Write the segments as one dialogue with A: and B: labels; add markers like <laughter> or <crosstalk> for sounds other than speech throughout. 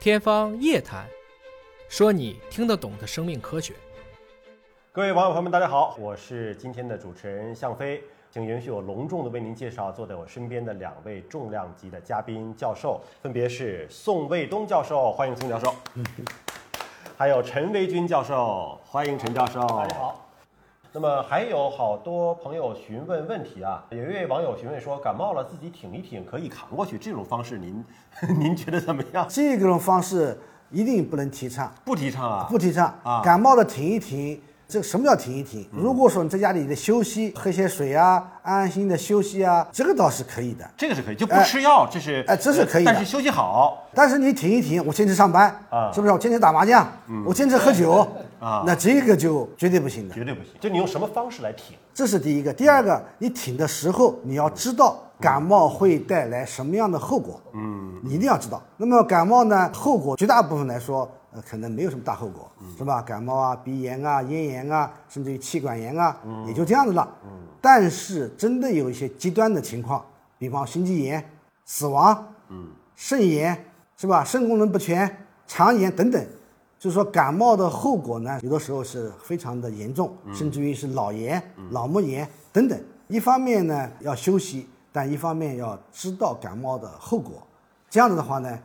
A: 天方夜谭，说你听得懂的生命科学。
B: 各位网友朋友们，大家好，我是今天的主持人向飞，请允许我隆重的为您介绍坐在我身边的两位重量级的嘉宾教授，分别是宋卫东教授，欢迎宋教授，
C: 嗯
B: 还有陈维军教授，欢迎陈教授，大家好。那么还有好多朋友询问问题啊，有一位网友询问说，感冒了自己挺一挺可以扛过去，这种方式您 <laughs> 您觉得怎么样？
C: 这种方式一定不能提倡，
B: 不提倡啊，
C: 不提倡
B: 啊嗯
C: 感冒了停一停，这什么叫停一停？如果说你在家里的休息，喝些水啊，安安心心的休息啊，这个倒是可以的。
B: 这个是可以，就不
C: 哎
B: 吃药，这是
C: 哎这是可以的
B: 但是休息好，
C: 但是你停一停，我坚持上班
B: 啊嗯
C: 是不是？我坚持打麻将，我坚持喝酒
B: <laughs> 啊
C: 那这个就绝对不行的。
B: 绝对不行。就你用什么方式来挺？
C: 这是第一个。第二个，你挺的时候你要知道感冒会带来什么样的后果，嗯，你一定要知道。那么感冒呢，后果绝大部分来说，呃，可能没有什么大后果，是吧？感冒啊、鼻炎啊、咽炎啊，甚至于气管炎啊，也就这样子了。嗯，但是真的有一些极端的情况，比方心肌炎、死亡，嗯，肾炎是吧？肾功能不全、肠炎等等。就是说感冒的后果呢，有的时候是非常的严重，甚至于是脑炎、脑膜炎等等。一方面呢要休息，但一方面要知道感冒的后果。这样子的话呢，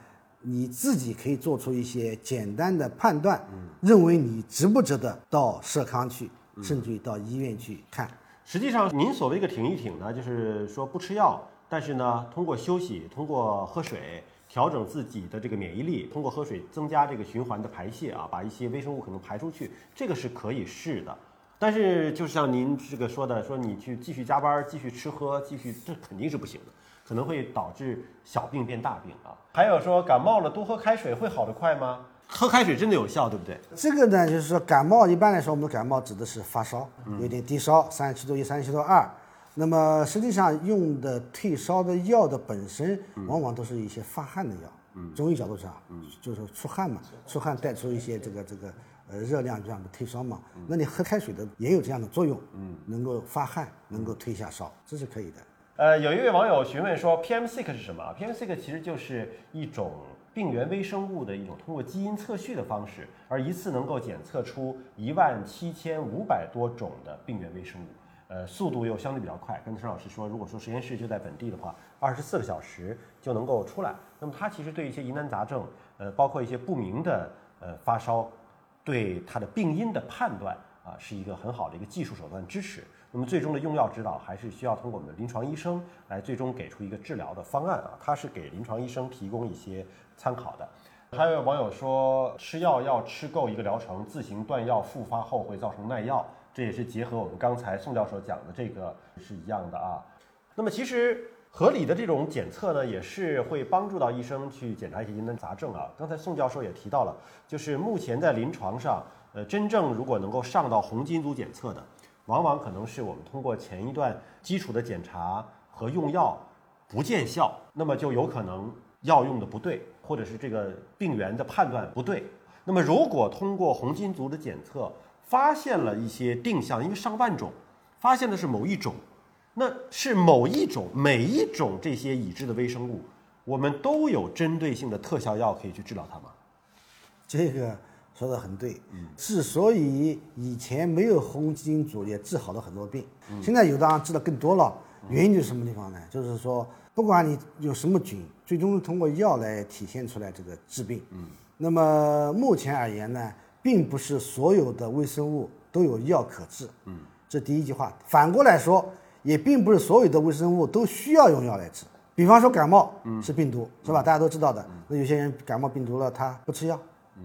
C: 你自己可以做出一些简单的判断，认为你值不值得到社康去，甚至于到医院去看。
B: 实际上，您所谓这个挺一挺呢，就是说不吃药，但是呢，通过休息，通过喝水。调整自己的这个免疫力，通过喝水增加这个循环的排泄啊，把一些微生物可能排出去，这个是可以试的。但是就像您这个说的，说你去继续加班、继续吃喝、继续，这肯定是不行的，可能会导致小病变大病啊。还有说感冒了多喝开水会好得快吗？喝开水真的有效，对不对？
C: 这个呢，就是说感冒，一般来说我们的感冒指的是发烧，有点低烧，三十七度一、三十七度二。那么实际上用的退烧的药的本身，往往都是一些发汗的药。中医角度上，就是出汗嘛，出汗带出一些这个这个呃热量，这样的退烧嘛。那你喝开水的也有这样的作用，能够发汗，能够退下烧，这是可以的。
B: 呃，有一位网友询问说，PM sick 是什么？PM sick 其实就是一种病原微生物的一种通过基因测序的方式，而一次能够检测出一万七千五百多种的病原微生物。呃，速度又相对比较快。跟陈老师说，如果说实验室就在本地的话，二十四个小时就能够出来。那么它其实对一些疑难杂症，呃，包括一些不明的呃发烧对它的病因的判断啊，是一个很好的一个技术手段支持。那么最终的用药指导还是需要通过我们的临床医生来最终给出一个治疗的方案啊，它是给临床医生提供一些参考的。还有网友说，吃药要吃够一个疗程，自行断药复发后会造成耐药，这也是结合我们刚才宋教授讲的这个是一样的啊。那么其实合理的这种检测呢，也是会帮助到医生去检查一些疑难杂症啊。刚才宋教授也提到了，就是目前在临床上，呃，真正如果能够上到红金组检测的，往往可能是我们通过前一段基础的检查和用药不见效，那么就有可能药用的不对，或者是这个病源的判断不对。那么如果通过红金族的检测发现了一些定向，因为上万种，发现的是某一种，那是某一种每一种这些已知的微生物，我们都有针对性的特效药可以去治疗它吗？
C: 这个说的很对。之所以以前没有红基因组也治好了很多病，现在有的治的更多了，原因就是什么地方呢？就是说，不管你有什么菌，最终通过药来体现出来这个治病。嗯，那么目前而言呢，并不是所有的微生物都有药可治。嗯，这第一句话。反过来说，也并不是所有的微生物都需要用药来治。比方说感冒，是病毒，是吧？大家都知道的。那有些人感冒病毒了，他不吃药，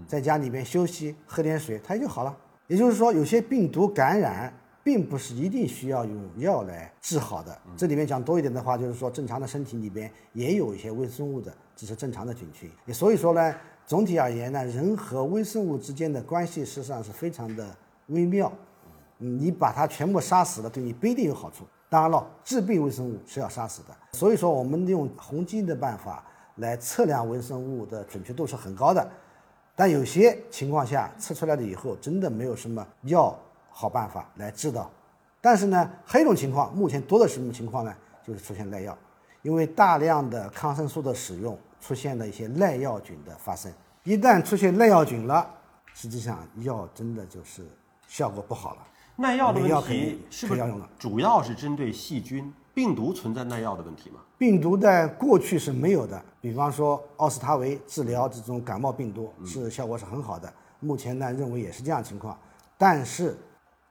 C: 在家里边休息，喝点水，它就好了。也就是说，有些病毒感染并不是一定需要用药来治好的。这里面讲多一点的话，就是说正常的身体里边也有一些微生物的，只是正常的菌群。也所以说呢，总体而言呢，人和微生物之间的关系实际上是非常的微妙。嗯你把它全部杀死了，对你不一定有好处。当然了，致病微生物是要杀死的，所以说我们用红基因的办法来测量微生物的准确度是很高的。但有些情况下测出来了以后，真的没有什么药好办法来治的。但是呢，还有一种情况，目前多的是什么情况呢？就是出现耐药，因为大量的抗生素的使用，出现了一些耐药菌的发生。一旦出现耐药菌了，实际上药真的就是效果不好了。
B: 耐药的
C: 没药
B: 问
C: 可以
B: 题是不
C: 可以
B: 是
C: 药用了
B: 主要是针对细菌、病毒存在耐药的问题吗？
C: 病毒在过去是没有的，比方说奥司他韦治疗这种感冒病毒是效果是很好的，目前呢认为也是这样情况，但是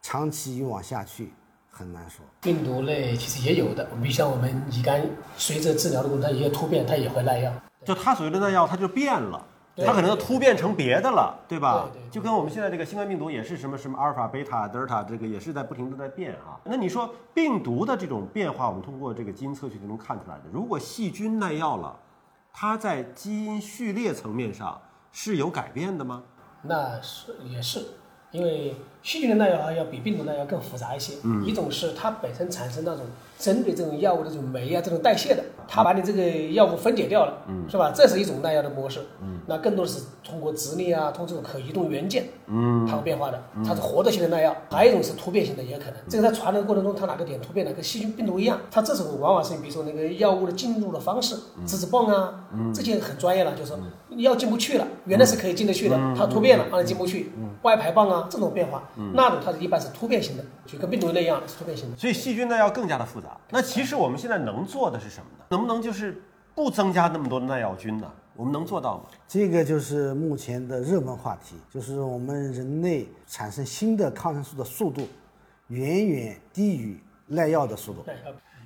C: 长期以往下去很难说。
D: 病毒类其实也有的，比如像我们乙肝，随着治疗的过程，它一个突变，它也会耐药。
B: 就它所谓的耐药，它就变了，
D: 对
B: 它可能突变成别的了，对吧
D: 对对？对
B: 就跟我们现在这个新冠病毒也是什么什么阿尔法、贝塔、德尔塔，这个也是在不停的在变啊。那你说病毒的这种变化，我们通过这个基因测序就能看出来的。如果细菌耐药了，它在基因序列层面上是有改变的吗？
D: 那是也是，因为细菌的耐药要比病毒耐药更复杂一些。嗯，一种是它本身产生那种针对这种药物的这种酶啊，这种代谢的，它把你这个药物分解掉了，嗯，是吧？这是一种耐药的模式。嗯，那更多的是通过直立啊，通过这种可移动元件，嗯，它会变化的，它是活动性的耐药。还有一种是突变型的，也有可能。这个在传的过程中，它哪个点突变了，跟细菌病毒一样，它这种往往是比如说那个药物的进入的方式，支持泵啊，这些很专业了，就是说药进不去了，原来是可以进得去的，它突变了，让你进不去，外排泵啊这种变化，那种它一般是突变型的，就跟病毒类一样是突变型的。
B: 所以细菌耐药更加的复杂。那其实我们现在能做的是什么呢？能不能就是不增加那么多的耐药菌呢？我们能做到吗？
C: 这个就是目前的热门话题，就是我们人类产生新的抗生素的速度远远低于耐药的速度。
D: 耐药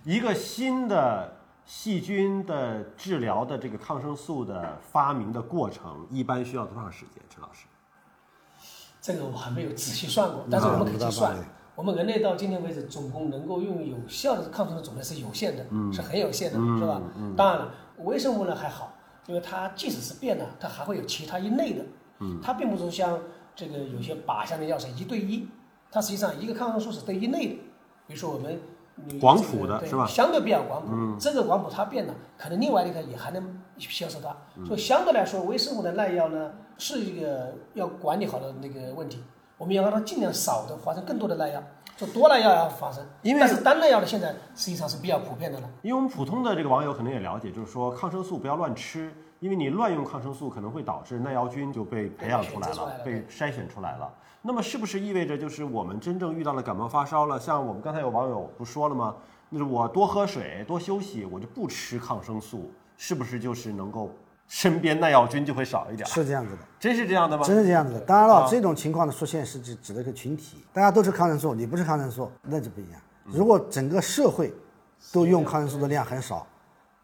B: 一个新的细菌的治疗的这个抗生素的发明的过程，一般需要多长时间？陈老师，
D: 这个我还没有仔细算过，但是我们可以去算。我们人类到今天为止，总共能够用有效的抗生素种类是有限的，是很有限的，是吧？当然了，微生物呢还好，因为它即使是变了，它还会有其他一类的，它并不是像这个有些靶向的药是一对一，它实际上一个抗生素是对一类的，比如说我们。你
B: 广谱的
D: 对
B: 是吧嗯
D: 相对比较广谱，这个广谱它变了，可能另外一个也还能消除它。
B: 嗯
D: 所以相对来说，微生物的耐药呢是一个要管理好的那个问题，我们要让它尽量少的发生更多的耐药，就多耐药要发生。
B: 因为
D: 但是单耐药的现在实际上是比较普遍的了。
B: 因为我们普通的这个网友可能也了解，就是说抗生素不要乱吃，因为你乱用抗生素可能会导致耐药菌就被培养出来了，被
D: 被
B: 筛选出来了。那么是不是意味着就是我们真正遇到了感冒发烧了？像我们刚才有网友不说了吗？那是我多喝水、多休息，我就不吃抗生素，是不是就是能够身边耐药菌就会少一点？
C: 是这样子的，
B: 真是这样的吗？
C: 真是这样子的。当然了
B: 啊，
C: 这种情况的出现是指指的一个群体，大家都吃抗生素，你不吃抗生素，那就不一样。
B: 嗯
C: 如果整个社会都用抗生素的量很少，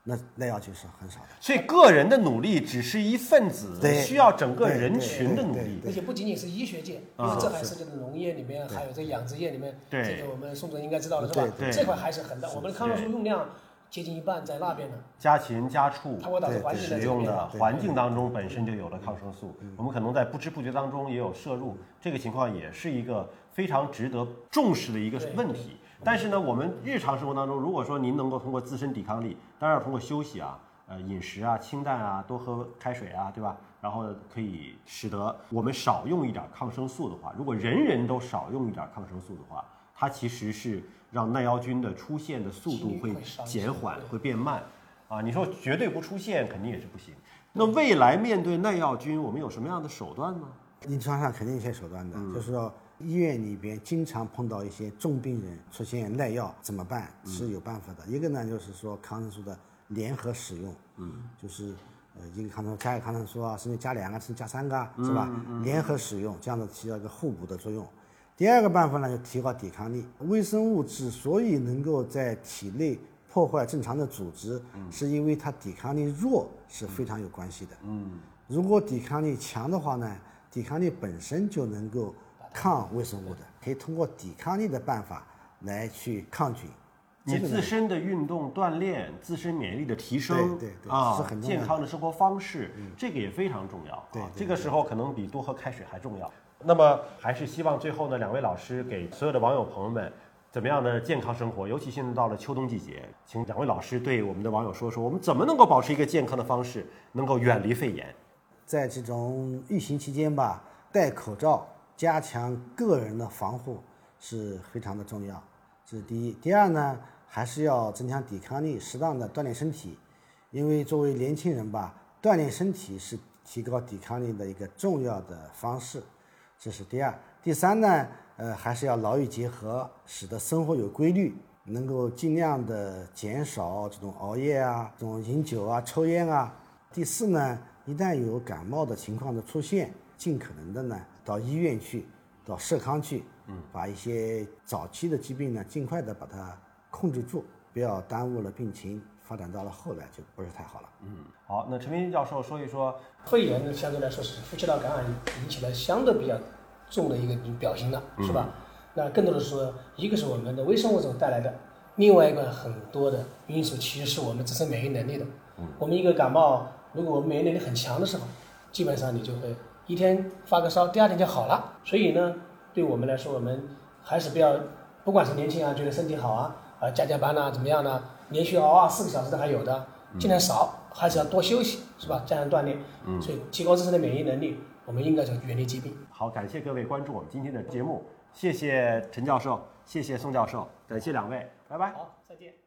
C: 那耐药菌是很少的。
B: 所以个人的努力只是一份子，
C: 对
B: 需要整个人群的努
C: 对对
B: 力。
D: 而且不仅仅是医学界，因为这还涉及到农业里面，还有这养殖业里面，
B: 啊对
D: 这个我们宋总应该知道的是吧？
B: 对对
D: 这块还是很大，我们的抗生素用量接近一半在那边呢，
B: 家禽家畜
D: 它会导致环境
B: 使
D: 的这个
B: 用
D: 变
B: 的
D: 化。
B: 环境当中本身就有了抗生素，我们可能在不知不觉当中也有摄入，这个情况也是一个非常值得重视的一个问题。但是呢，我们日常生活当中，如果说您能够通过自身抵抗力，当然要通过休息啊、呃饮食啊、清淡啊、多喝开水啊，对吧？然后可以使得我们少用一点抗生素的话，如果人人都少用一点抗生素的话，它其实是让耐药菌的出现的速度会
D: 会少一些
B: 减缓，会变慢。啊，你说绝对不出现，肯定也是不行。那未来面对耐药菌，我们有什么样的手段吗？
C: 临床上肯定有些手段的，就是说医院里边经常碰到一些重病人出现耐药怎么办是有办法的。一个呢就是说抗生素的联合使用，嗯，就是呃一个抗生素加一个抗生素啊，甚至加两个，甚至加三个啊，是吧？联合使用，这样子起到一个互补的作用。第二个办法呢，就提高抵抗力。微生物之所以能够在体内破坏正常的组织，是因为它抵抗力弱是非常有关系的。如果抵抗力强的话呢，抵抗力本身就能够抗微生物的，可以通过抵抗力的办法来去抗菌。
B: 你
C: 这个呢
B: 自身的运动锻炼、自身免疫力的提升，
C: 对对对
B: 啊
C: 是，很重要的嗯
B: 健康的生活方式，这个也非常重要。
C: 对
B: 啊，
C: 对
B: 这个时候可能比多喝开水还重要。那么还是希望最后呢，两位老师给所有的网友朋友们。怎么样的健康生活？尤其现在到了秋冬季节，请两位老师对我们的网友说说，我们怎么能够保持一个健康的方式，能够远离肺炎？
C: 在这种疫情期间吧，戴口罩，加强个人的防护是非常的重要，这是第一。第二呢，还是要增强抵抗力，适当的锻炼身体，因为作为年轻人吧，锻炼身体是提高抵抗力的一个重要的方式。这是第二，第三呢，呃，还是要劳逸结合，使得生活有规律，能够尽量的减少这种熬夜啊、这种饮酒啊、抽烟啊。第四呢，一旦有感冒的情况的出现，尽可能的呢到医院去，到社康去，嗯，把一些早期的疾病呢尽快的把它控制住，不要耽误了病情发展到了后来就不是太好了。
B: 嗯好，那陈明教授说一说，
D: 肺炎呢，相对来说是呼吸道感染引起了相对比较重的一个表型了，是吧？那更多的是说，一个是我们的微生物所带来的，另外一个很多的因素其实是我们自身免疫能力的。我们一个感冒，如果我们免疫能力很强的时候，基本上你就会一天发个烧，第二天就好了。所以呢，对我们来说，我们还是不要，不管是年轻啊，觉得身体好啊，啊加加班呐、怎么样呢、连续熬啊四个小时的还有的，尽量少，还是要多休息，是吧？加强锻炼，所以提高自身的免疫能力，我们应该就远离疾病。
B: 好，感谢各位关注我们今天的节目，谢谢陈教授，谢谢宋教授，感谢两位，拜拜。
D: 好，再见。